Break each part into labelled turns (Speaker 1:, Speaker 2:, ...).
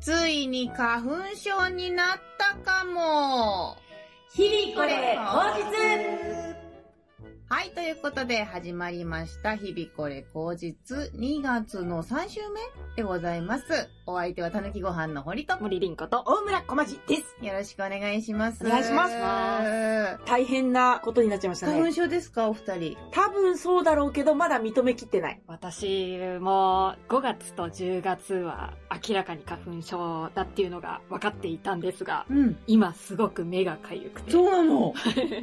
Speaker 1: ついに花粉症になったかも。
Speaker 2: 日々これ、口
Speaker 1: はい、ということで始まりました。日々これ口実2月の3週目でございます。お相手はたぬきご飯の堀と。
Speaker 2: 実森凛子と大村小町です。
Speaker 1: よろしくお願いします。
Speaker 2: お願いします大変なことになっちゃいました
Speaker 1: 花粉
Speaker 2: ね。
Speaker 1: 症ですか、お二人。
Speaker 2: 多分そうだろうけど、まだ認めきってない。
Speaker 3: 私も5月と10月は明らかに花粉症だっていうのが分かっていたんですが、
Speaker 1: うん。
Speaker 3: 今すごく目がかゆくて。
Speaker 1: そうな の。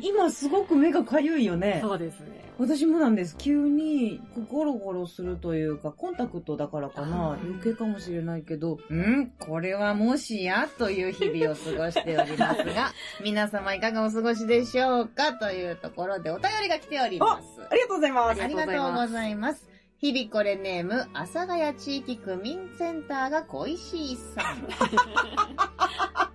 Speaker 1: 今すごく目がかゆいよね。
Speaker 3: そうですね。
Speaker 1: 私もなんです。急にゴロゴロするというか、コンタクトだからかな
Speaker 3: あ、ー
Speaker 1: 余計かもしれないけど、うん、これはもしやという日々を過ごしておりますが、皆様いかがお過ごしでしょうかというところでお便りが来ております。
Speaker 2: ありがとうございます。
Speaker 1: ありがと
Speaker 3: ありが
Speaker 1: う
Speaker 3: とう
Speaker 1: ご
Speaker 3: ご
Speaker 1: ざいます。日々これネーム、阿佐ヶ谷地域区民センターが恋しいさ ん。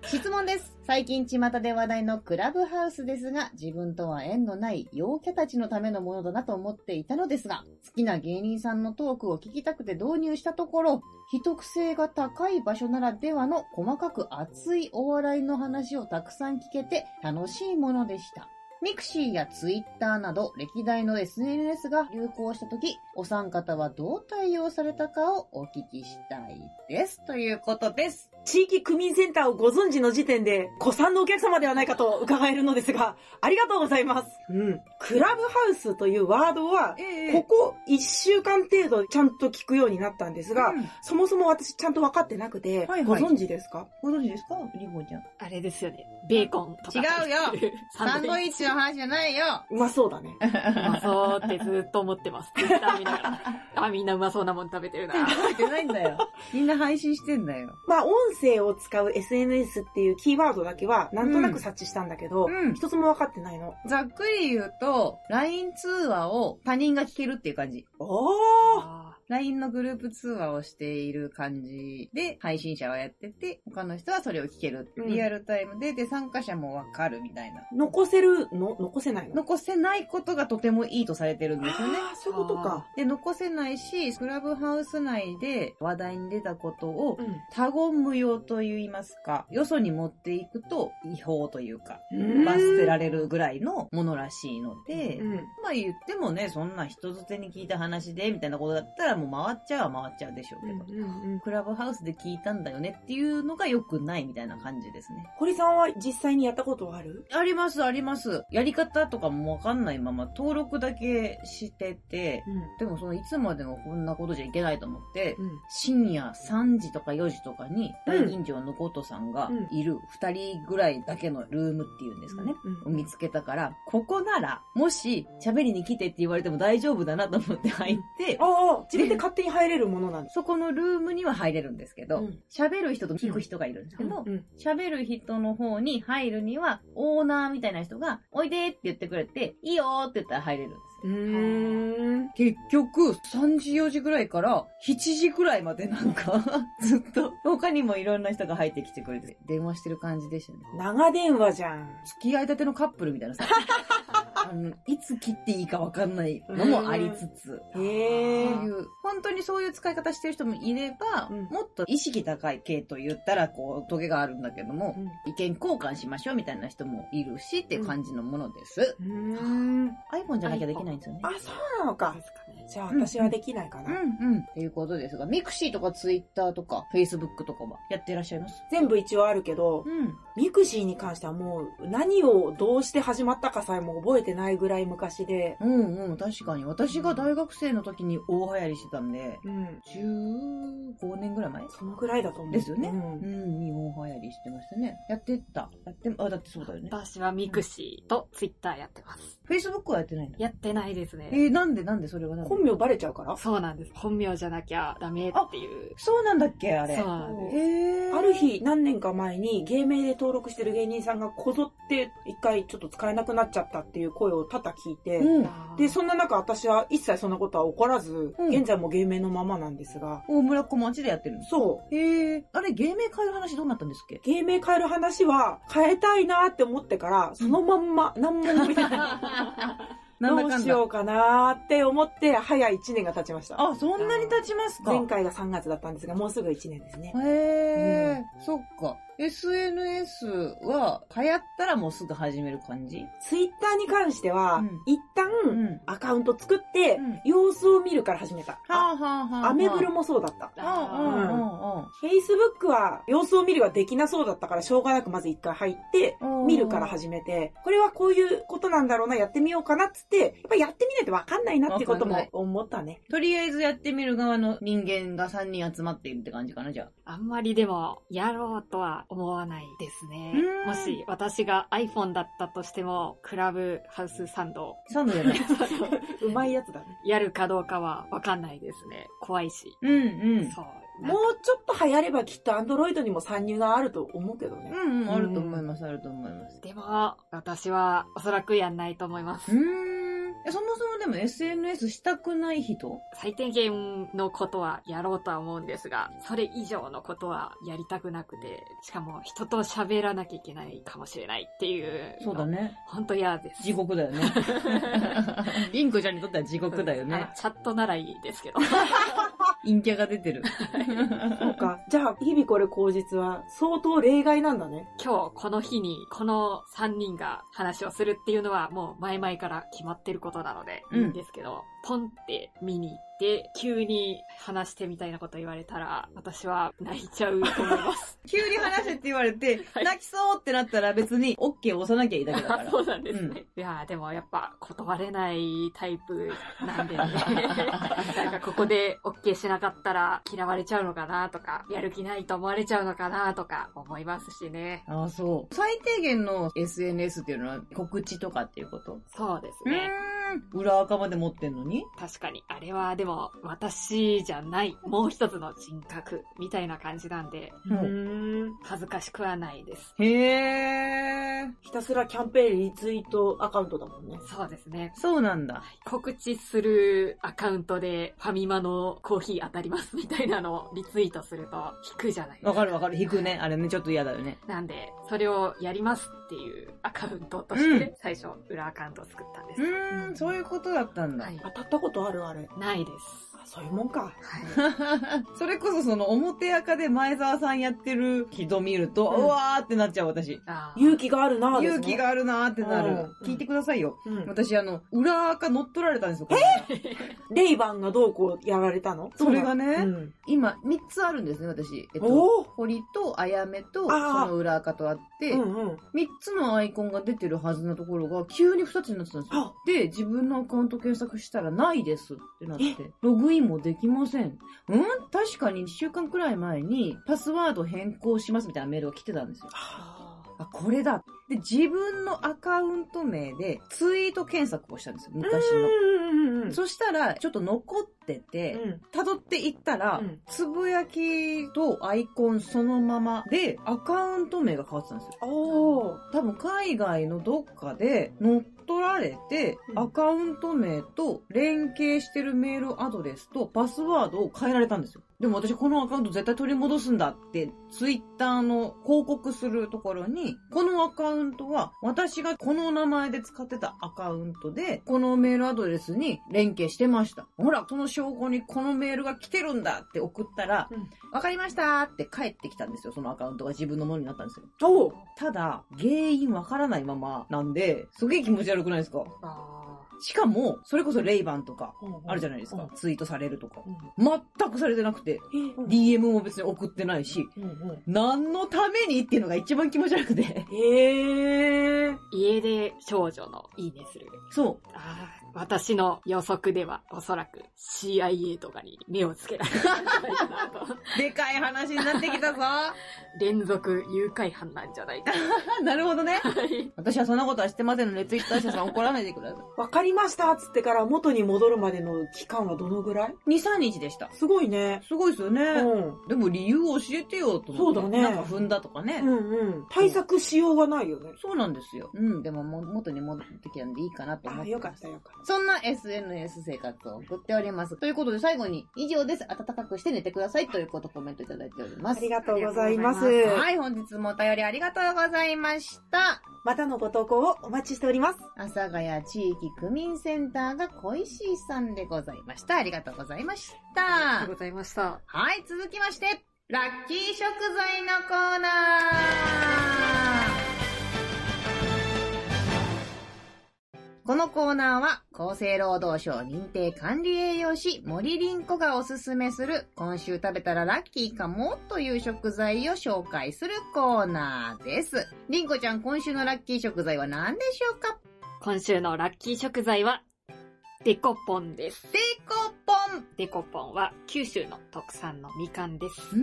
Speaker 1: 質問です。最近巷で話題のクラブハウスですが、自分とは縁のない陽キャたちのためのものだなと思っていたのですが、好きな芸人さんのトークを聞きたくて導入したところ、秘匿性が高い場所ならではの細かく熱いお笑いの話をたくさん聞けて楽しいものでした。ミクシーやツイッターなど歴代の SNS が流行した時、お三方はどう対応されたかをお聞きしたいです。ということです。
Speaker 2: 地域区民センターをご存知の時点で、古参のお客様ではないかと伺えるのですが、ありがとうございます。うん。クラブハウスというワードは、
Speaker 1: え
Speaker 2: ここ1週間程度ちゃんと聞くようになったんですが、
Speaker 1: うん
Speaker 2: そもそも私ちゃんと分かってなくて、
Speaker 1: はい
Speaker 2: ご
Speaker 1: はい
Speaker 2: 存知ですか
Speaker 1: ご存知ですかリボちゃん。
Speaker 3: あれですよね。ベーコンとか。
Speaker 1: 違うよサ
Speaker 3: サ
Speaker 1: ンド
Speaker 3: ンド
Speaker 1: イ
Speaker 3: イ
Speaker 1: ッチの話じゃない よ
Speaker 2: うまそうだね。
Speaker 3: うまそうってずっと思ってます。ツイッター見なが ら。あ、みんなうまそうなもん食べてるな。
Speaker 1: 食べてないんだよ。みんな配信してんだよ。
Speaker 2: まあ、音声を使う SNS っていうキーワードだけは、なんとなく察知したんだけど、
Speaker 1: うんうん
Speaker 2: 一つも分かってないの。
Speaker 1: ざっくり言うと、LINE 通話を他人が聞けるっていう感じ。
Speaker 2: おー
Speaker 1: LINE のグループ通話をしている感じで、配信者はやってて、他の人はそれを聞ける。
Speaker 2: うん
Speaker 1: リアルタイムで、で、参加者もわかるみたいな。
Speaker 2: 残せるの残せないの
Speaker 1: 残せないことがとてもいいとされてるんですよね。
Speaker 2: あーそういうことか。
Speaker 1: で、残せないし、クラブハウス内で話題に出たことを、
Speaker 2: うん。
Speaker 1: 他言無用と言いますか、よそに持っていくと違法というか、
Speaker 2: うん
Speaker 1: 罰せられるぐらいのものらしいので、
Speaker 2: うん。
Speaker 1: まあ言ってもね、そんな人づてに聞いた話で、みたいなことだったらもう回っちゃうは回っちゃうでしょうけど。
Speaker 2: うんうん
Speaker 1: クラブハウスで聞いたんだよねっていうのが良くないみたいな感じですね。
Speaker 2: 堀さんは実際にやったことはある
Speaker 1: あります、あります。やり方とかもわかんないまま登録だけしてて、でもそのいつまでもこんなことじゃいけないと思って、
Speaker 2: うん。
Speaker 1: 深夜3時とか4時とかに、
Speaker 2: う
Speaker 1: 大
Speaker 2: ん
Speaker 1: 吟醸のゴトさんが
Speaker 2: うん
Speaker 1: いる2人ぐらいだけのルームっていうんですかね。
Speaker 2: うん。
Speaker 1: 見つけたから、ここなら、もし喋りに来てって言われても大丈夫だなと思って入って、
Speaker 2: ああ、自分で勝手に入れるものなんです。
Speaker 1: そこのルームには入れるんですけど
Speaker 2: うん、
Speaker 1: 喋、る人と聞く人がいるんですけど、
Speaker 2: うん。
Speaker 1: 喋る人の方に入るには、オーナーみたいな人が、おいでって言ってくれて、いいよーって言ったら入れるんですよ。
Speaker 2: うーん。
Speaker 1: 結局、3時4時ぐらいから、7時ぐらいまでなんか、 ずっと、他にもいろんな人が入ってきてくれて、電話してる感じでしたね。
Speaker 2: 長電話じゃん。
Speaker 1: 付き合いたてのカップルみたいな さ、あの、いつ切っていいかわかんないのもありつつ、
Speaker 2: へ
Speaker 1: そう
Speaker 2: え。
Speaker 1: いう、本当にそういう使い方してる人もいれば、
Speaker 2: うん
Speaker 1: もっと意識高い系と言ったら、こう、トゲがあるんだけども、
Speaker 2: うん
Speaker 1: 意見交換しましょうみたいな人もいるしっていう感じのものです。
Speaker 2: うーん。
Speaker 1: iPhone じゃなきゃできないんですよね。
Speaker 2: あ、そうなの
Speaker 3: あ
Speaker 2: か
Speaker 3: で。すかね。
Speaker 2: じゃあ私はできないかな。
Speaker 1: うんうん。っていうことですが、ミクシーとかツイッターとか、フェイスブックとかはやっていらっしゃいます
Speaker 2: 全部一応あるけど、
Speaker 1: うん。
Speaker 2: ミクシーに関してはもう何をどうして始まったかさえも覚えてないぐらい昔で、
Speaker 1: うんうん、確かに。私が大学生の時に大流行りしてたんで、
Speaker 2: うん、
Speaker 1: 15年ぐらい前
Speaker 2: そのぐらいだと思う。
Speaker 1: ですよね。
Speaker 2: う
Speaker 1: うん
Speaker 2: ん、
Speaker 1: に大流行りしてましたね。やってた。やって、あ、だってそうだよね。
Speaker 3: 私はミクシーとツイッターやってます。
Speaker 1: フェイスブックはやってないんだ。
Speaker 3: やってないですね。
Speaker 1: えー、なんでなんでそれはなんで
Speaker 2: 本名バレちゃうから
Speaker 3: そうなんです。本名じゃなきゃダメっていう。
Speaker 1: そうなんだっけあれ。
Speaker 3: そうなんです。
Speaker 1: えー、
Speaker 2: ある日何年か前に芸名で登録してる芸人さんがこぞって一回ちょっと使えなくなっちゃったっていう声を多々聞いて、
Speaker 1: うん。
Speaker 2: で、 そんな中私は一切そんなことは起こらず、
Speaker 1: うん
Speaker 2: 現在も芸名のままなんですが、
Speaker 1: 大村小町でやってるんです。
Speaker 2: そう。
Speaker 1: えー、あれ、芸名変える話どうなったんですっけ
Speaker 2: 芸名変え る話は変えたいなって思ってから、そのまんま何も見てない。
Speaker 1: なんだ
Speaker 2: ど
Speaker 1: か
Speaker 2: うんし
Speaker 1: だ
Speaker 2: よ。うかなーって思って、早1年が経ちました。
Speaker 1: あ、そんなに経ちますか
Speaker 2: 前回が3月だったんですが、もうすぐ1年ですね。
Speaker 1: へえ、そっか。SNS は流行ったらもうすぐ始める感じ
Speaker 2: ツイッターに関して
Speaker 1: う
Speaker 2: は
Speaker 1: ん、
Speaker 2: 一旦
Speaker 1: ん。
Speaker 2: アカウント作って
Speaker 1: うん、
Speaker 2: 様子を見るから始めた。
Speaker 1: はあ、はあはあはあ、
Speaker 2: アメブロもそうだった。
Speaker 1: うんうんうんうん。
Speaker 2: Facebook は様子を見るができなそうだったから、しょうがなくまず一回入って、見るから始めて、これはこういうことなんだろうな、やってみようかなっつって、やっぱやってみないとわかんないなってこ
Speaker 1: わ
Speaker 2: と
Speaker 1: かん
Speaker 2: も
Speaker 1: ない
Speaker 2: 思ったね。
Speaker 1: とりあえずやってみる側の人間が3人集まっているって感じかな、じゃあ。
Speaker 3: あんまりでも、やろうとは思わないですね
Speaker 1: うー。ん
Speaker 3: もし私が iPhone だったとしても、クラブハウスサンド、
Speaker 1: サンドじゃ ない。
Speaker 2: うまいやつだね。
Speaker 3: やるかどうかはわかんないですね。怖いし。
Speaker 1: うんうん。
Speaker 3: そう。なん
Speaker 2: も
Speaker 3: か
Speaker 2: うちょっと流行ればきっと Android にも参入があると思うけどね。
Speaker 1: うんうん、あると思います、あると思います。
Speaker 3: でも、私はおそらくやんないと思いま
Speaker 1: う。
Speaker 3: す
Speaker 1: ーん。えそもそもでも SNS したくない人
Speaker 3: 最低限のことはやろうとは思うんですが、それ以上のことはやりたくなくて、しかも人と喋らなきゃいけないかもしれないっていう。
Speaker 1: そうだ。ね。
Speaker 3: 本当嫌です。
Speaker 1: 地獄だ よね。リンコちゃんにとっては地獄だよ
Speaker 3: あの
Speaker 1: ね。
Speaker 3: チャットならいいですけど。
Speaker 1: 陰キャが出てる。
Speaker 2: そうか。じゃあ、日々これ口実は相当例外なんだね。
Speaker 3: 今日この日にこの3人が話をするっていうのはもう前々から決まってることなので、
Speaker 1: うん
Speaker 3: いいんですけど、ポンって見に行って、急に話してみたいなこと言われたら、私は泣いちゃうと思います。
Speaker 1: 急に話せって言われて、
Speaker 3: はい
Speaker 1: 泣きそうってなったら別に OK を押さなきゃいいだけだ から。
Speaker 3: そう なんですね。いやーでもやっぱ断れないタイプなん でね。なんかここで OK しなかったら嫌われちゃうのかなとか、やる気ないと思われちゃうのかなとか思いますしね。
Speaker 1: ああ、そう。最低限の SNS っていうのは告知とかっていうこと
Speaker 3: そうです
Speaker 1: う
Speaker 3: ね。
Speaker 1: ーん。裏垢まで持ってんのに
Speaker 3: 確かに。あれはでも、私じゃない、もう一つの人格、みたいな感じなんで、
Speaker 1: うん
Speaker 2: ん。
Speaker 3: 恥ずかしくはないです。
Speaker 1: へー。
Speaker 2: ひたすらキャンペーンリツイートアカウントだもんね。
Speaker 3: そうですね。
Speaker 1: そうなんだ。
Speaker 3: 告知するアカウントでファミマのコーヒー当たりますみたいなのをリツイートすると引くじゃないですか。
Speaker 1: わかるわかる。引くね。あれね、ちょっと嫌だよね。
Speaker 3: なんで、それをやりますっていうアカウントとして、
Speaker 1: う
Speaker 3: 最初、裏アカウントを作ったんです。
Speaker 1: うーん、そういう ことだったんだ。
Speaker 3: はい。
Speaker 2: 当たったことあるあれ。
Speaker 3: ないです。
Speaker 2: あ、そういうもんか。
Speaker 3: はい。
Speaker 1: それこそその表垢で前澤さんやってる人見ると、う
Speaker 2: うん
Speaker 1: わーってなっちゃう私。
Speaker 3: あー
Speaker 2: 勇気があるなぁ、
Speaker 1: 勇気があるなーってなる。
Speaker 2: うん
Speaker 1: 聞いてくださいよ。
Speaker 2: ですね。
Speaker 1: 私あの、裏垢乗っ取られたんですよ。え
Speaker 2: うん。レイバンがどうこうやられたの
Speaker 1: それがね
Speaker 2: そうなのうん
Speaker 1: 今3つあるんですね、私。えっと、
Speaker 2: おー
Speaker 1: 堀とあやめと、そ
Speaker 2: あー
Speaker 1: の裏垢とあって、
Speaker 2: う
Speaker 1: 3
Speaker 2: んうん。
Speaker 1: つのアイコンが出てるはずのところが急に2つになってたんですよ。
Speaker 2: あ、
Speaker 1: で、自分のアカウント検索したらないですってなって、ログインもできません。うん確かに1週間くらい前にパスワード変更しますみたいなメールが来てたんですよ。
Speaker 2: あ
Speaker 1: あ、これだ。で、自分のアカウント名でツイート検索をしたんですよ、
Speaker 2: ー
Speaker 1: 昔
Speaker 2: うんうんうんうん。
Speaker 1: の。そしたら、ちょっと残ってて、
Speaker 2: うん
Speaker 1: 辿っていったら、
Speaker 2: うん
Speaker 1: つぶやきとアイコンそのままで、アカウント名が変わってたんですよ。
Speaker 2: おー。
Speaker 1: 多分海外のどっかで乗っ取られて、
Speaker 2: うん
Speaker 1: アカウント名と連携してるメールアドレスとパスワードを変えられたんですよ。でも私このアカウント絶対取り戻すんだって、ツイッターの広告するところに、このアカウントは私がこの名前で使ってたアカウントで、このメールアドレスに連携してました。ほら、その証拠にこのメールが来てるんだって送ったら
Speaker 2: うん、
Speaker 1: わかりましたって帰ってきたんですよ。そのアカウントが自分のものになったんですよ。
Speaker 2: おー。
Speaker 1: ただ、原因わからないままなんで、すげえ気持ち悪くないですか
Speaker 3: あ
Speaker 1: しかも、それこそレイバンとか、あるじゃ
Speaker 2: ない。
Speaker 1: ないです
Speaker 2: う
Speaker 1: か
Speaker 2: ん。
Speaker 1: ツイートされるとか。
Speaker 2: うん
Speaker 1: 全くされてなくて、
Speaker 2: えうん
Speaker 1: DM も別に送ってないし、
Speaker 2: うんうん
Speaker 1: 何のためにっていうのが一番気持ち悪くて。
Speaker 2: へー。
Speaker 3: ー家で少女のいいねする。
Speaker 1: そ
Speaker 3: あー私の予測では、おそらく CIA とかに目をつけられたんじゃないかなと。
Speaker 1: う。でかい話になってきたぞ。 あ
Speaker 3: 連続誘拐犯なんじゃないか。
Speaker 1: なるほどね。私はそんなことはしてませんので、ツイッター社さん怒らないでくださ
Speaker 2: わかりましたっつってから元に戻るまでの期間はどのぐらい
Speaker 1: い。2、3日でした。
Speaker 2: すごいね。
Speaker 1: すごいですよ
Speaker 2: う
Speaker 1: ね。
Speaker 2: ん。
Speaker 1: でも理由を教えてよと思って。
Speaker 2: そうだね
Speaker 1: なんか踏んだとかね。
Speaker 2: うんうん。対策しようがないよね。
Speaker 1: そうなんですよ。うん、でもも元に戻ってきたんでいいかなと思
Speaker 2: あ
Speaker 1: っ
Speaker 2: あ、
Speaker 1: て。
Speaker 2: よかったよかった。
Speaker 1: そんな SNS 生活を送っております。ということで最後に以上です。暖かくして寝てくださいということをコメントいただいておりま
Speaker 2: あ
Speaker 1: す。
Speaker 2: りがとうございます
Speaker 3: あ。りがとうござ
Speaker 2: はい
Speaker 1: はい、本日もお便りありがとうございました。
Speaker 2: またのご投稿をお待ちしております。
Speaker 1: 阿佐ヶ谷地域区民民センターが小石井さんでございました。ありがとうございまし
Speaker 3: ありが
Speaker 1: た
Speaker 3: とう。ございました。
Speaker 1: はい、続きまして、ラッキー食材のコーナーこのコーナーは、厚生労働省認定管理栄養士森林子がおすすめする、今週食べたらラッキーかもという食材を紹介するコーナーです。林子ちゃん、今週のラッキー食材は何でしょうか
Speaker 3: 今週のラッキー食材は、デコポンです。
Speaker 1: デコポン
Speaker 3: デコポンは九州の特産のみかんです。
Speaker 1: う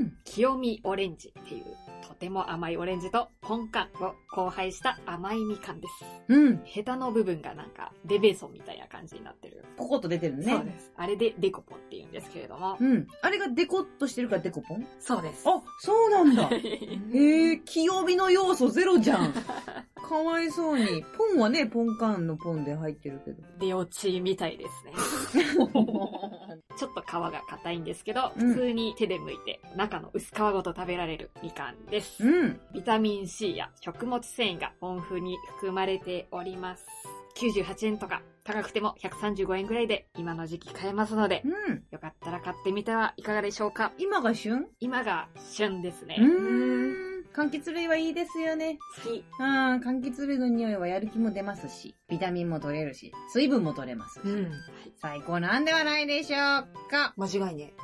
Speaker 1: ーん。
Speaker 3: 清見オレンジっていう、とても甘いオレンジとポンカンを交配した甘いみかんです。
Speaker 1: うん。
Speaker 3: ヘタの部分がなんか、レベソみたいな感じになってる。
Speaker 1: ココッと出てるね。
Speaker 3: そうです。あれでデコポンって言うんですけれども。
Speaker 1: うん。あれがデコッとしてるからデコポン
Speaker 3: そうです。
Speaker 1: あ、そうなんだ。へ
Speaker 3: へ
Speaker 1: え、清美の要素ゼロじゃん。かわいそうに。ポンはね、ポンカンのポンで入ってるけど。
Speaker 3: 出落ちみたいですね。 ちょっと皮が硬いんですけど、
Speaker 1: うん
Speaker 3: 普通に手で剥いて、中の薄皮ごと食べられるみかんです。
Speaker 1: うん。
Speaker 3: ビタミン C や食物繊維が豊富に含まれております。98円とか、高くても135円ぐらいで今の時期買えますので、
Speaker 1: うん。
Speaker 3: よかったら買ってみてはいかがでしょうか。
Speaker 1: 今が旬
Speaker 3: 今が旬ですね
Speaker 1: う。ーん。柑橘類はいいですよね。
Speaker 3: 好き。
Speaker 1: うん。柑橘類の匂いはやる気も出ますし、ビタミンも取れるし、水分も取れます。
Speaker 3: うん。
Speaker 1: 最高なんではないでしょうか。
Speaker 2: 間違いね。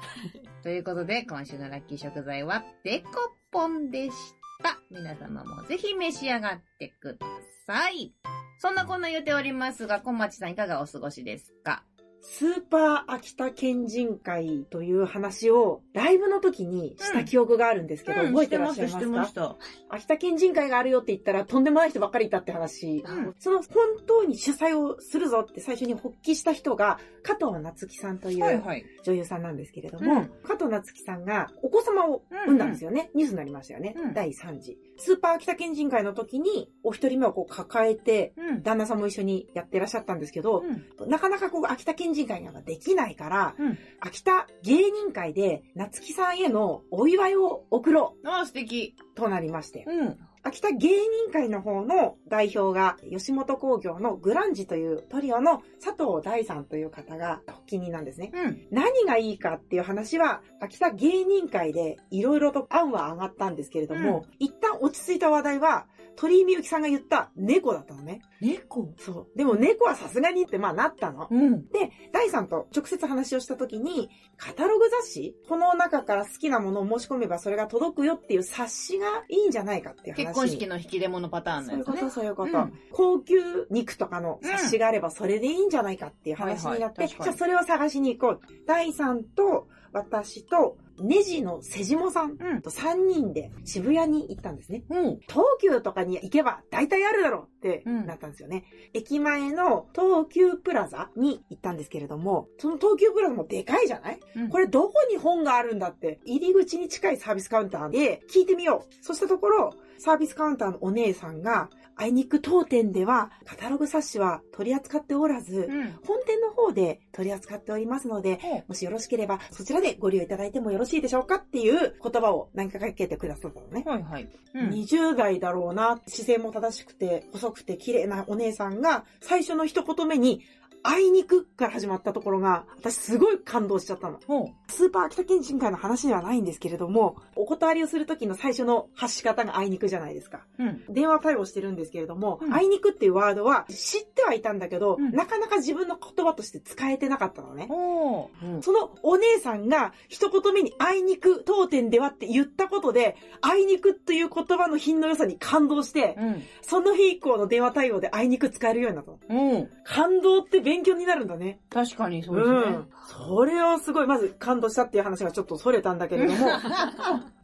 Speaker 1: ということで、今週のラッキー食材は、デコポンでした。皆様もぜひ召し上がってください。そんなこんな言っておりますが、小町さんいかがお過ごしですか
Speaker 2: スーパー秋田県人会という話をライブの時にした記憶があるんですけど、覚えてらっしゃいますか
Speaker 1: た。
Speaker 2: 秋田県人会があるよって言ったらとんでもない人ばっかりいたって話。
Speaker 1: うん
Speaker 2: その本当に主催をするぞって最初に発起した人が加藤夏樹さんとい
Speaker 1: はいうはい。
Speaker 2: 女優さんなんですけれど
Speaker 1: う
Speaker 2: も、
Speaker 1: ん
Speaker 2: 加藤夏樹さんがお子様を産んだんですよね。ニュースになりましたよね。
Speaker 1: うん
Speaker 2: 第3次。スーパー秋田県人会の時にお一人目をこう抱えて、
Speaker 1: うん。
Speaker 2: 旦那さんも一緒にやってらっしゃったんですけど、
Speaker 1: うん。
Speaker 2: なかなかこう秋田県人会なんかできないから、
Speaker 1: うん
Speaker 2: 秋田芸人会で夏樹さんへのお祝いを送ろ
Speaker 1: ああ、素敵。
Speaker 2: うとなりまして、
Speaker 1: うん。
Speaker 2: 秋田芸人会の方の代表が吉本興業のグランジというトリオの佐藤大さんという方が発起人なんですね。
Speaker 1: うん。
Speaker 2: 何がいいかっていう話は、秋田芸人会でいろいろと案は上がったんですけれども、一旦落ち着いた話題は、鳥居みゆきさんが言った猫だったのね。
Speaker 1: 猫
Speaker 2: そう。でも猫はさすがにってまあなったの。
Speaker 1: うん。
Speaker 2: で、第さんと直接話をした時に、カタログ雑誌この中から好きなものを申し込めばそれが届くよっていう冊子がいいんじゃないかっていう話。
Speaker 1: 結婚式の引き出物パターンの
Speaker 2: そうい
Speaker 1: や
Speaker 2: う
Speaker 1: つ
Speaker 2: こ
Speaker 1: ね
Speaker 2: と、。そういうこと、
Speaker 1: うん
Speaker 2: 高級肉とかの冊子があればそれでいいんじゃないかっていう話になって、
Speaker 1: はいはい確かに
Speaker 2: じゃあそれを探しに行こう。第さんと私とネジの瀬下さん
Speaker 1: うん。
Speaker 2: と3人で渋谷に行ったんですね。
Speaker 1: うん。
Speaker 2: 東急とかに行けば大体あるだろうってなったんですよね。駅前の東急プラザに行ったんですけれども、その東急プラザもでかいじゃない
Speaker 1: うん
Speaker 2: これどこに本があるんだって、入り口に近いサービスカウンターで聞いてみよう。そしたところ、サービスカウンターのお姉さんが、あいにく当店ではカタログ冊子は取り扱っておらず、
Speaker 1: うん。
Speaker 2: 本店の方で取り扱っておりますので、もしよろしければそちらでご利用いただいてもよろしいでしょうかっていう言葉を何かかけてくださったのね。
Speaker 1: はいはい。うん。
Speaker 2: 20代だろうな、姿勢も正しくて、細くて綺麗なお姉さんが、最初の一言目に、あいにくから始まったところが、私すごい感動しちゃったの。
Speaker 1: ほう。
Speaker 2: スーパー秋田県人会の話ではないんですけれども、お断りをするときの最初の発し方があいにくじゃないですか。
Speaker 1: うん。
Speaker 2: 電話対応してるんですけれども、
Speaker 1: うん
Speaker 2: あいにくっていうワードは知ってはいたんだけど、
Speaker 1: うん
Speaker 2: なかなか自分の言葉として使えてなかったのね。
Speaker 1: ほう。うん。
Speaker 2: そのお姉さんが一言目にあいにく当店ではって言ったことで、あいにくという言葉の品の良さに感動して、
Speaker 1: うん。
Speaker 2: その日以降の電話対応であいにく使えるようになったの。
Speaker 1: うん。
Speaker 2: 感動って勉強になるんだね。
Speaker 1: 確かにそう
Speaker 2: う
Speaker 1: ですね。
Speaker 2: ん。それをすごい、まず感動したっていう話がちょっとそれたんだけれども、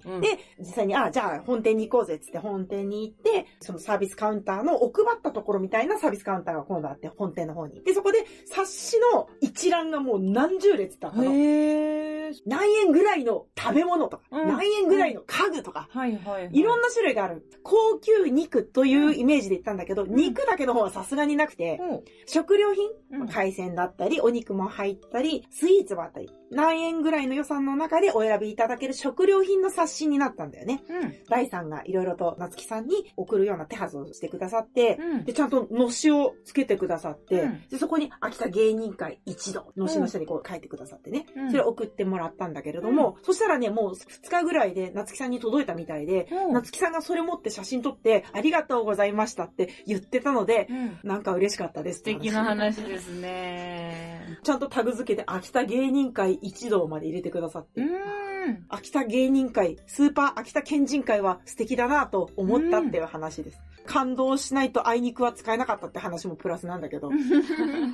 Speaker 1: うん
Speaker 2: で、 実際に、あ、じゃあ本店に行こうぜっつって本店に行って、そのサービスカウンターの奥まったところみたいなサービスカウンターが今度あって、本店の方に。で、そこで冊子の一覧がもう何十列ってあったの。
Speaker 1: へえ。
Speaker 2: 何円ぐらいの食べ物とか、
Speaker 1: うん
Speaker 2: 何円ぐらいの家具とか、
Speaker 1: はいはい、はい。
Speaker 2: いろんな種類がある。高級肉というイメージで言ったんだけど、肉だけの方はさすがになくて、
Speaker 1: ほう。
Speaker 2: 食料品、
Speaker 1: うん
Speaker 2: 海鮮だったり、お肉も入ったり、スイーツもあったり、何円ぐらいの予算の中でお選びいただける食料品の冊発信になったんだよね。
Speaker 4: うん。
Speaker 2: 大さんがいろいろと夏木さんに送るような手はずをしてくださって、
Speaker 4: うん
Speaker 2: で、ちゃんとのしをつけてくださって、
Speaker 4: うん
Speaker 2: で、そこに秋田芸人会一度、のしの下にこう書いてくださってね、
Speaker 4: うん
Speaker 2: それを送ってもらったんだけれども、そしたらね、もう2日ぐらいで夏木さんに届いたみたいで、
Speaker 4: うん
Speaker 2: 夏木さんがそれ持って写真撮って、ありがとうございましたって言ってたので、なんか嬉しかったです。
Speaker 4: 素敵な。話ですね。
Speaker 2: ちゃんとタグ付けで秋田芸人会一同まで入れてくださって
Speaker 4: う、ーん。
Speaker 2: 秋田芸人会、スーパー秋田県人会は素敵だなと思ったっていう話です。感動しないとあいにくは使えなかったって話もプラスなんだけど、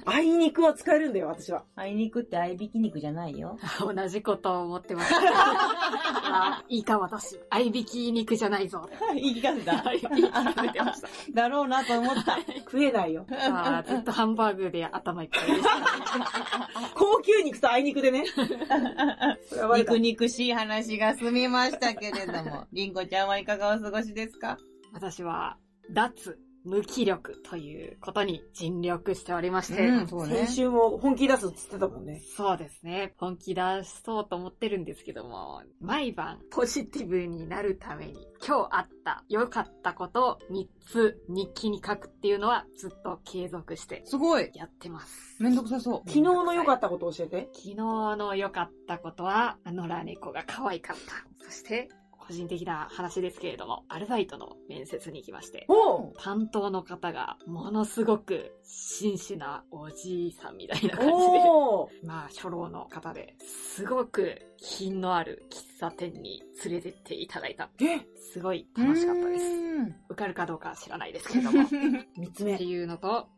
Speaker 2: あいにくは使えるんだよ、私は。
Speaker 4: あいにくって合いびき肉じゃないよ。
Speaker 3: 同じことを思って ました。あいいか私、合いびき肉じゃないぞ。
Speaker 4: いい感じ だ
Speaker 3: 合いびき肉出てました。
Speaker 4: だろうなと思った。
Speaker 2: 食えない よ。
Speaker 3: まあ、ずっとハンバーグで頭いっぱいでした、
Speaker 2: 高級肉とあいにくでね。 それは悪かっ
Speaker 4: 肉肉しい話が済みましたけれども、りんごちゃんはいかがお過ごしですか
Speaker 3: 私は、脱、無気力ということに尽力しておりまして、
Speaker 4: うんそ
Speaker 2: た
Speaker 4: うね
Speaker 2: 先週も本気出すっつってたもんね。
Speaker 3: そうですね。本気出そうと思ってるんですけども、毎晩ポジティブになるために、今日あった良かったことを3つ日記に書くっていうのはずっと継続して
Speaker 4: すごい。
Speaker 3: やってます。
Speaker 4: めんどくさそう。
Speaker 2: 昨日の良かったことを教えて。
Speaker 3: 昨日の良かったことは、あのラ猫が可愛かった。そして、個人的な話ですけれども、アルバイトの面接に行きまして、
Speaker 2: おう
Speaker 3: 担当の方がものすごく紳士なおじいさんみたいな感じで、
Speaker 2: おう
Speaker 3: まあ、初老の方で、すごく品のある喫茶店に連れてっていただいた。
Speaker 2: え
Speaker 3: すごい楽しかったです。
Speaker 4: す。
Speaker 3: 受かるかどうかは知らないですけれど も。っ
Speaker 2: 三つ
Speaker 3: て
Speaker 2: 目。
Speaker 3: いうのと、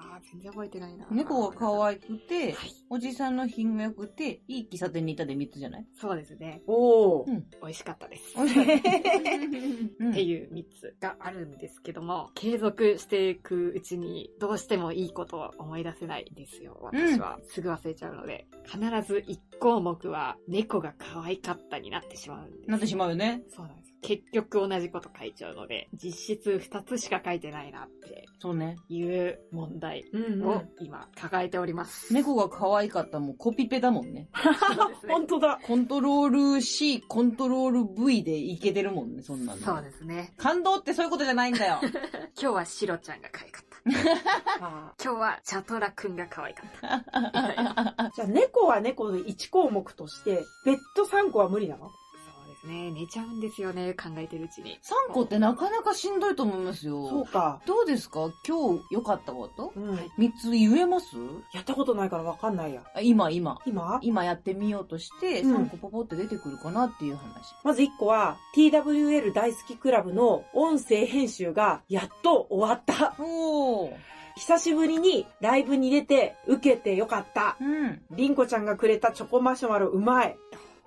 Speaker 3: ああ、全然覚えてないな。
Speaker 4: 猫が可愛
Speaker 3: い
Speaker 4: くて、
Speaker 3: はい。
Speaker 4: おじさんの品が良くて、いい喫茶店にいたで3つじゃない
Speaker 3: そうですね。
Speaker 2: おう
Speaker 3: 美味しかったです。
Speaker 4: 美味しかった
Speaker 3: っ
Speaker 4: って
Speaker 3: いう3つがあるんですけども、継続していくうちにどうしてもいいことを思い出せないんですよ、私は。すぐ忘れちゃうので、必ず1項目は猫が可愛かったになってしまうんです。
Speaker 4: なってしまうよね。
Speaker 3: そうなんです。結局同じこと書いちゃうので、実質2つしか書いてないなって
Speaker 4: そうね。
Speaker 3: いう問題
Speaker 2: うんう
Speaker 3: を
Speaker 2: ん。
Speaker 3: 今抱えてお ります。
Speaker 1: 猫が可愛かったもコピペだもんね。
Speaker 3: そうですね
Speaker 2: 本当だ。
Speaker 1: コントロール C、コントロール V でいけてるもんね、そんなの。
Speaker 3: そうですね。
Speaker 1: 感動ってそういうことじゃないんだよ。
Speaker 3: 今日はシロちゃんが可愛か った。
Speaker 2: あ
Speaker 3: 今日はチャトラくんが可愛か った。みたいな
Speaker 2: ーじゃあ猫は猫で1項目として、別途3個は無理なの
Speaker 3: そうですね。寝ちゃうんですよね。考えてるうちに。
Speaker 1: 3個ってなかなかしんどいと思います
Speaker 2: そう
Speaker 1: よ。
Speaker 2: か。
Speaker 1: どうですか今日良かったこと
Speaker 2: うん。
Speaker 3: はい
Speaker 1: ?3 つ言えます
Speaker 2: やったことないからわかんないや。
Speaker 1: あ今、今。
Speaker 2: 今
Speaker 1: 今やってみようとして、
Speaker 2: うん
Speaker 1: 3個ポポって出てくるかなっていう話。
Speaker 2: まず1個は、TWL 大好きクラブの音声編集がやっと終わった。
Speaker 1: おお。
Speaker 2: 久しぶりにライブに出て受けてよかった。
Speaker 1: うん。
Speaker 2: りんこちゃんがくれたチョコマシュマロうまい。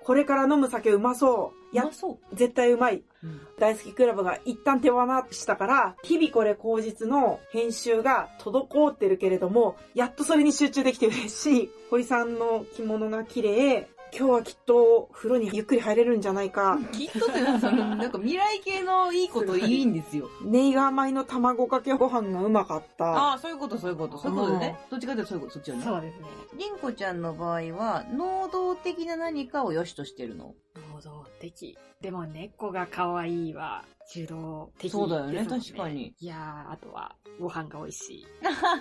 Speaker 2: これから飲む酒うまそう。
Speaker 1: い
Speaker 2: や
Speaker 1: や、、そう。
Speaker 2: 絶対うまい。
Speaker 1: うん
Speaker 2: 大好きクラブが一旦手放したから、日々これ口実の編集が滞ってるけれども、やっとそれに集中できて嬉しい。堀さんの着物が綺麗。今日はきっと風呂にゆっくり入れるんじゃないか。
Speaker 1: きっとってなんかその、なんか未来系のいいこといいんですよ。
Speaker 2: ネイガー米の卵かけご飯がうまかった。
Speaker 1: ああ、そういうこと、そういうこと。そういうことね。どっちかというとそういうこと、そっちよね。
Speaker 3: そうですね。
Speaker 1: りんこちゃんの場合は、能動的な何かを良しとしてるの。
Speaker 3: 能動的。でも猫が可愛いは、受動的です
Speaker 1: そ
Speaker 3: も、
Speaker 1: うんだよね確かに。
Speaker 3: いやー、あとは、ご飯が美味しい。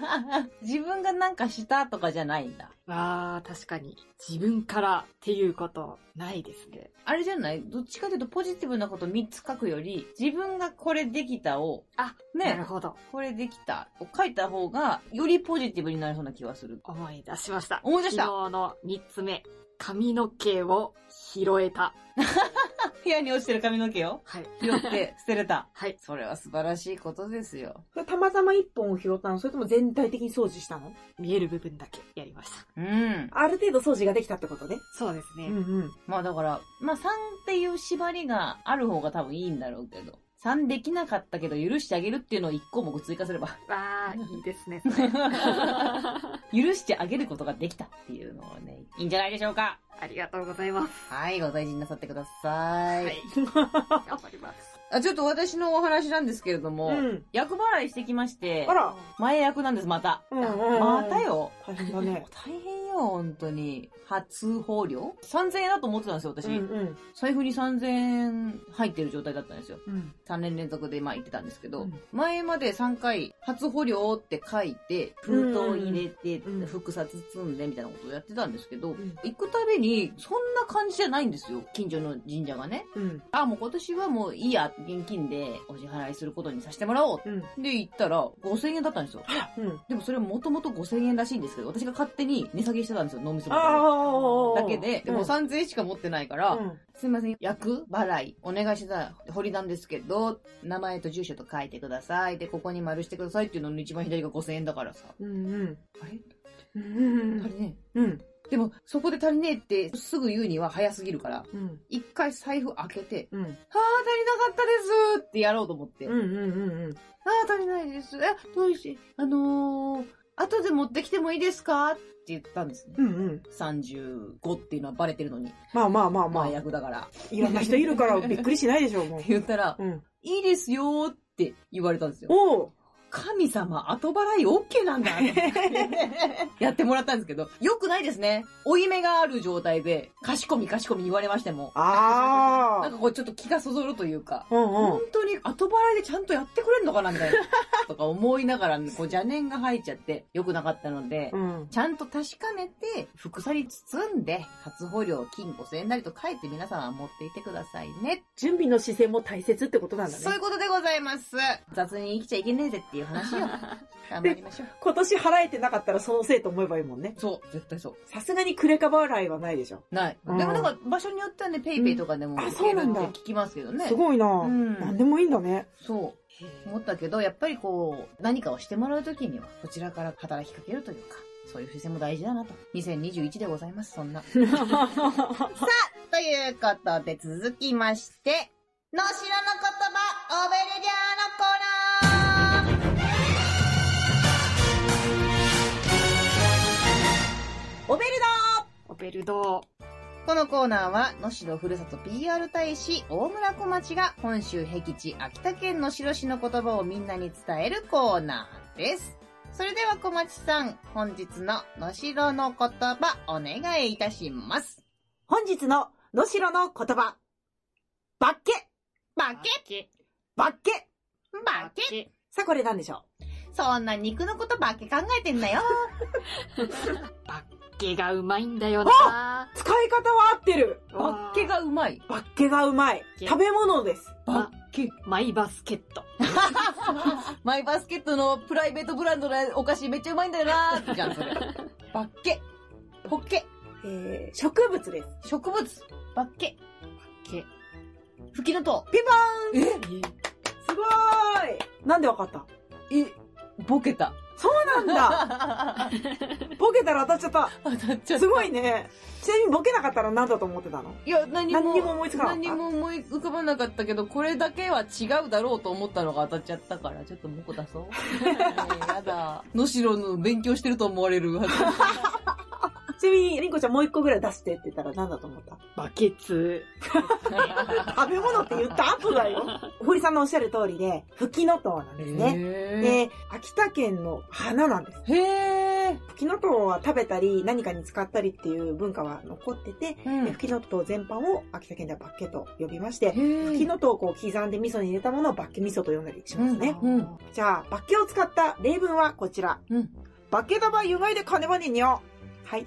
Speaker 1: 自分がなんかしたとかじゃないんだ。
Speaker 3: わー、確かに、自分からっていうこと、ないですね。
Speaker 1: あれじゃないどっちかというとポジティブなこと3つ書くより、自分がこれできたを、
Speaker 3: あ、
Speaker 1: ね
Speaker 3: なるほど。
Speaker 1: これできたを書いた方が、よりポジティブになりそうな気がする。
Speaker 3: 思い出しました。
Speaker 1: 思い出した
Speaker 3: 昨日の3つ目。髪の毛を拾えた。
Speaker 1: 部屋に落ちてる髪の毛を
Speaker 3: はい。
Speaker 1: 拾って捨てれた。
Speaker 3: はい。
Speaker 1: それは素晴らしいことですよ。
Speaker 2: それたまたま一本を拾ったのそれとも全体的に掃除したの
Speaker 3: 見える部分だけやりました。
Speaker 1: うん。
Speaker 2: ある程度掃除ができたってことね。
Speaker 3: そうですね。
Speaker 2: うんうん。
Speaker 1: まあだから、まあ3っていう縛りがある方が多分いいんだろうけど、3できなかったけど許してあげるっていうのを1項目追加すれば、
Speaker 3: わー、いいですね。それあ
Speaker 1: 許してあげることができたっていうのはね、いいんじゃないでしょうか。
Speaker 3: りがとうございます。
Speaker 1: はい、ご大事になさってください。
Speaker 3: はい。 頑張ります。
Speaker 1: あちょっと私のお話なんですけれども、
Speaker 2: うん。
Speaker 1: 役払いしてきまして
Speaker 2: あ、ら。
Speaker 1: 前役なんです、また。
Speaker 2: うんうんうん
Speaker 1: またよ。
Speaker 2: 大変だね。
Speaker 1: 大変よ。本当に。発放料 ?3000 円だと思ってたんですよ、私。
Speaker 2: うん
Speaker 1: 財布に3000円入ってる状態だったんですよ。
Speaker 2: うん。
Speaker 1: 3年連続でまあ行ってたんですけど、
Speaker 2: うん
Speaker 1: 前まで3回、初捕虜って書いて、封筒入れて、
Speaker 2: うんうん
Speaker 1: 複雑包んでみたいなことをやってたんですけど、
Speaker 2: ん
Speaker 1: 行くたびに、そんな感じじゃないんですよ、近所の神社がね。
Speaker 2: うん。
Speaker 1: あ、もう今年はもういいや、現金でお支払いすることにさせてもらおう。
Speaker 2: うん。
Speaker 1: で、行ったら、5000円だったんですよ。
Speaker 2: うん。
Speaker 1: でもそれもともと5000円らしいんですけど、私が勝手に値下げしてたんですよ、脳みそ元
Speaker 2: あ
Speaker 1: で
Speaker 2: あ。
Speaker 1: だけで、でも3000円しか持ってないから、
Speaker 2: うん。
Speaker 1: すみません、役払い、お願いしてた、堀りなんですけど、名前と住所と書いてください。で、ここに丸してくださいっていうのの一番左が5000円だからさ。
Speaker 2: うん。うん。
Speaker 1: あれ
Speaker 2: うん
Speaker 1: 足りねえ。
Speaker 2: うん。
Speaker 1: でも、そこで足りねえってすぐ言うには早すぎるから、
Speaker 2: うん。
Speaker 1: 一回財布開けて、
Speaker 2: うん。うん。
Speaker 1: ああ、足りなかったですってやろうと思って。
Speaker 2: うん。うん。
Speaker 1: ああ、足りないです。え、どうし、あのー、後で持ってきてもいいですかって言ったんですね。
Speaker 2: うん。うん。
Speaker 1: 35っていうのはバレてるのに、
Speaker 2: まあまあま
Speaker 1: ま
Speaker 2: あま
Speaker 1: あ
Speaker 2: あ。
Speaker 1: 役だから。っ
Speaker 2: いろんな人いるからびっくりしないでしょう、もう
Speaker 1: て。言ったら、
Speaker 2: うん。
Speaker 1: いいですよーって言われたんですよ。
Speaker 2: おう。
Speaker 1: 神様、後払い OK なんだ。 やってもらったんですけど、よくないですね。負い目がある状態で、かしこみかしこみ言われましても、
Speaker 2: あ
Speaker 1: なん
Speaker 2: あ。
Speaker 1: かこうちょっと気がそぞるというか、
Speaker 2: うんうん
Speaker 1: 本。当に後払いでちゃんとやってくれんのかなみたいな、 とか思いながら、こう邪念が入っちゃって、良くなかったので
Speaker 2: う、ん。
Speaker 1: ちゃんと確かめて、服さに包んで、初保料金5000円なりと書いて皆さんは持っていてくださいね。
Speaker 2: 準備の姿勢も大切ってことなんだ
Speaker 1: そうい
Speaker 2: ね。
Speaker 1: うことでございます。雑に生きちゃいけねえぜっていう話を 頑張りましょう。
Speaker 2: 今年払えてなかったらそのせいと思えばいいもんね。
Speaker 1: そう、絶対そ
Speaker 2: さすがにクレカ払いはないでしょ。
Speaker 1: う。ない。
Speaker 2: うん
Speaker 1: でもなんか場所によってはね、ペイペイとかでも
Speaker 2: うんあ
Speaker 1: い
Speaker 2: そう
Speaker 1: ける
Speaker 2: なん
Speaker 1: って
Speaker 2: だ
Speaker 1: 聞きますけどね。
Speaker 2: すごいなぁ。
Speaker 1: うん
Speaker 2: 何でもいいんだね。
Speaker 1: そう。思ったけど、やっぱりこう、何かをしてもらうときには、こちらから働きかけるというか、そういう姿勢も大事だなと。2021でございます、そんな。
Speaker 5: ということで続きまして、のしろの言葉、オベレリアのコーナー
Speaker 1: オベル
Speaker 3: オペルド
Speaker 5: このコーナーは、能代ふるさと PR 大使、大村小町が、本州僻地、秋田県能代市の言葉をみんなに伝えるコーナーです。それでは小町さん、本日の能代の言葉、お願いいたします。
Speaker 2: 本日の、のしろの言葉。バッケ
Speaker 5: バケ
Speaker 3: ケ
Speaker 2: バッケ
Speaker 5: バケ
Speaker 3: ケ
Speaker 2: さあ、これなんでしょ
Speaker 5: そんな肉のことばっけ考えてんなよ。
Speaker 3: ゲがうまいんだよな
Speaker 2: う使い方は合ってる
Speaker 1: バッケがうまい。
Speaker 2: バッケがうまい
Speaker 3: ケ
Speaker 2: 食べ物です。
Speaker 1: バッケ。
Speaker 3: マイバスケット
Speaker 1: マイバスケットのプライベートブランドのお菓子めっちゃうまいんだよなーじゃん、そ れ。バッケ。ホッケ。
Speaker 2: えー、植物です。
Speaker 1: 植物。バッケ。
Speaker 3: ケ
Speaker 1: 吹きの塔。
Speaker 2: ピンポーンすごーいなんでわかった
Speaker 1: え、ボケた。
Speaker 2: そう なんだボケたら当たっちゃった
Speaker 1: 当たっちゃった
Speaker 2: すごいねちなみにボケなかったら何だと思ってたの
Speaker 1: いや、何も。
Speaker 2: 何にも思いつかなかった
Speaker 1: 何も思い浮かばなかったけど、これだけは違うだろうと思ったのが当たっちゃったから、ちょっともこ出そう。えーやだ。のしろの勉強してると思われる。
Speaker 2: ちなみに、りんこちゃんもう一個ぐらい出してって言ったら何だと思った
Speaker 3: バケツ
Speaker 2: 食べ物って言った後だよ。堀さんのおっしゃる通りで、吹きの塔なんですね。
Speaker 1: ね。
Speaker 2: で、秋田県の花なんです。
Speaker 1: へえ。
Speaker 2: 吹きの塔は食べたり、何かに使ったりっていう文化は残ってて、
Speaker 1: うん
Speaker 2: で吹きの塔全般を秋田県ではバッケと呼びまし
Speaker 1: へ
Speaker 2: て、吹きの塔をこう刻んで味噌に入れたものをバッケ味噌と呼んだりしますね。
Speaker 1: うん。
Speaker 2: じゃあ、バッケを使った例文はこちら。
Speaker 1: うん
Speaker 2: バッケ玉湯がいで金はねにょ。はい。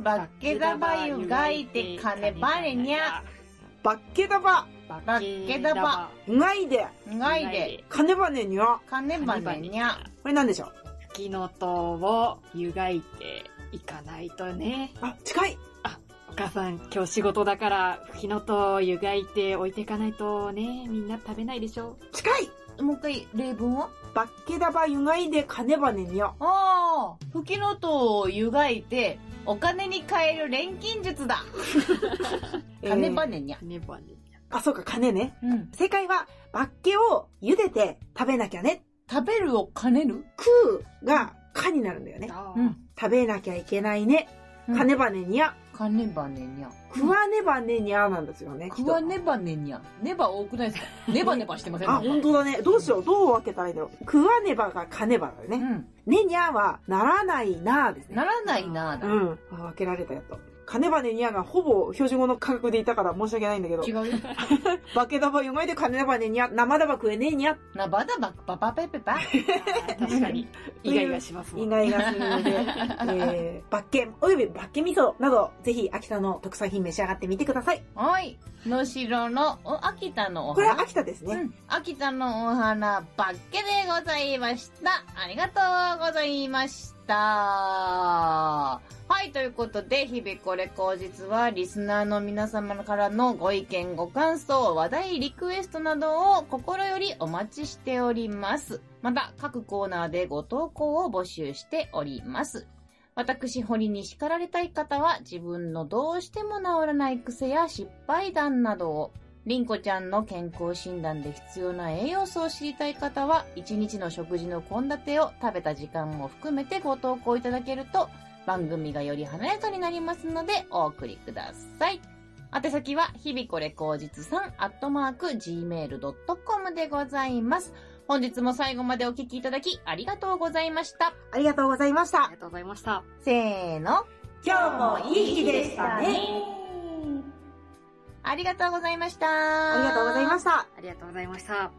Speaker 5: バケダバユがいて金バレにゃ。
Speaker 2: バッケ玉
Speaker 3: バケダバ
Speaker 2: 湯がいで
Speaker 5: がいで
Speaker 2: 金はねにょ。
Speaker 5: 金バレにゃ。
Speaker 2: これなんでしょう
Speaker 3: 吹きの塔を湯がいていかないとね
Speaker 2: あ、近い
Speaker 3: お母さん今日仕事だから吹きの塔を湯がいて置いていかないとねみんな食べないでしょ
Speaker 2: 近い
Speaker 1: もう一回、例文は
Speaker 2: バッケ玉湯がいで金はねにょ。
Speaker 1: ああ、吹きの塔を湯がいて、お金に換える錬金術だ。金バ
Speaker 2: えー
Speaker 1: ネにゃ。
Speaker 3: ねばね
Speaker 2: あ、そうか、金ね。
Speaker 1: うん。
Speaker 2: 正解は、バッケを茹でて食べなきゃね。
Speaker 1: 食べるを兼ねる
Speaker 2: 食うが、かになるんだよね。
Speaker 3: あ
Speaker 1: うん
Speaker 3: ー
Speaker 2: 食べなきゃいけないね。
Speaker 1: うん
Speaker 2: 金羽にゃ。
Speaker 1: かねばねにゃ。
Speaker 2: 食わねばねにゃーなんですよね。きっ
Speaker 1: く
Speaker 2: と
Speaker 1: わねばねにゃ。ねば多くないですかねばねばしてません
Speaker 2: あ、本当だね。どうしよう。どう分けたらいいんだろう。食わねばがかねばだよ
Speaker 1: う
Speaker 2: ね。
Speaker 1: ん。
Speaker 2: ねにゃーはならないなーですね。
Speaker 1: ならないな
Speaker 2: う
Speaker 1: ぁ。
Speaker 2: ん。あ分けられたやっと。かねばねにゃーがほぼ標準語の価格でいたから申し訳ないんだけど
Speaker 1: 違。うよ。
Speaker 2: 化けだばうまいでかねだばねにゃ、生だば食えねえにゃ。
Speaker 1: なばだばくばばぺぺぱ。
Speaker 3: 確か に。意外がしますも
Speaker 2: 意
Speaker 3: ん。
Speaker 2: 外がするので、えー、バッケンおよびバッケ味噌など、ぜひ秋田の特産品召し上がってみてください。
Speaker 1: はい。のしろの、お、秋田のお
Speaker 2: これは
Speaker 1: 花。
Speaker 2: 秋田です
Speaker 1: う
Speaker 2: ね。
Speaker 1: ん。秋田のお花、ばっけでございました。ありがとうございました。はい、ということで、日々これ口実は、リスナーの皆様からのご意見、ご感想、話題、リクエストなどを心よりお待ちしております。また、各コーナーでご投稿を募集しております。私、堀に叱られたい方は、自分のどうしても治らない癖や失敗談などを、りんこちゃんの健康診断で必要な栄養素を知りたい方は、1日の食事の献立を食べた時間も含めてご投稿いただけると、番組がより華やかになりますので、お送りください。宛先は、日々これ口実さん、アットマーク、gmail.com でございます。本日も最後までお聞きいただき、ありがとうございました。
Speaker 2: ありがとうございまし
Speaker 3: あ
Speaker 2: た
Speaker 3: り。がとうございました。
Speaker 1: せーの。
Speaker 2: 今日もいい日でしたね。
Speaker 1: ありがとうございました。
Speaker 2: あ
Speaker 1: あ
Speaker 2: りがとうございました。
Speaker 3: ありがとうございました。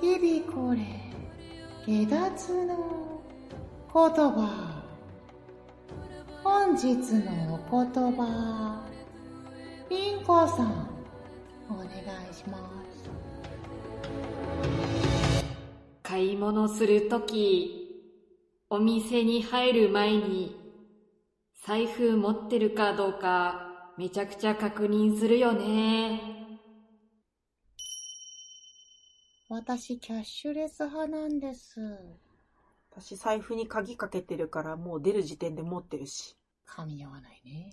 Speaker 6: 日々これ下脱の言葉本日のお言葉ピンコさんお願いします
Speaker 3: 買い物するとき、お店に入る前に、財布持ってるかどうか、めちゃくちゃ確認するよね。
Speaker 6: 私キャッシュレス派なんです
Speaker 2: 私財布に鍵かけてるからもう出る時点で持ってるし。
Speaker 6: 噛み合わないね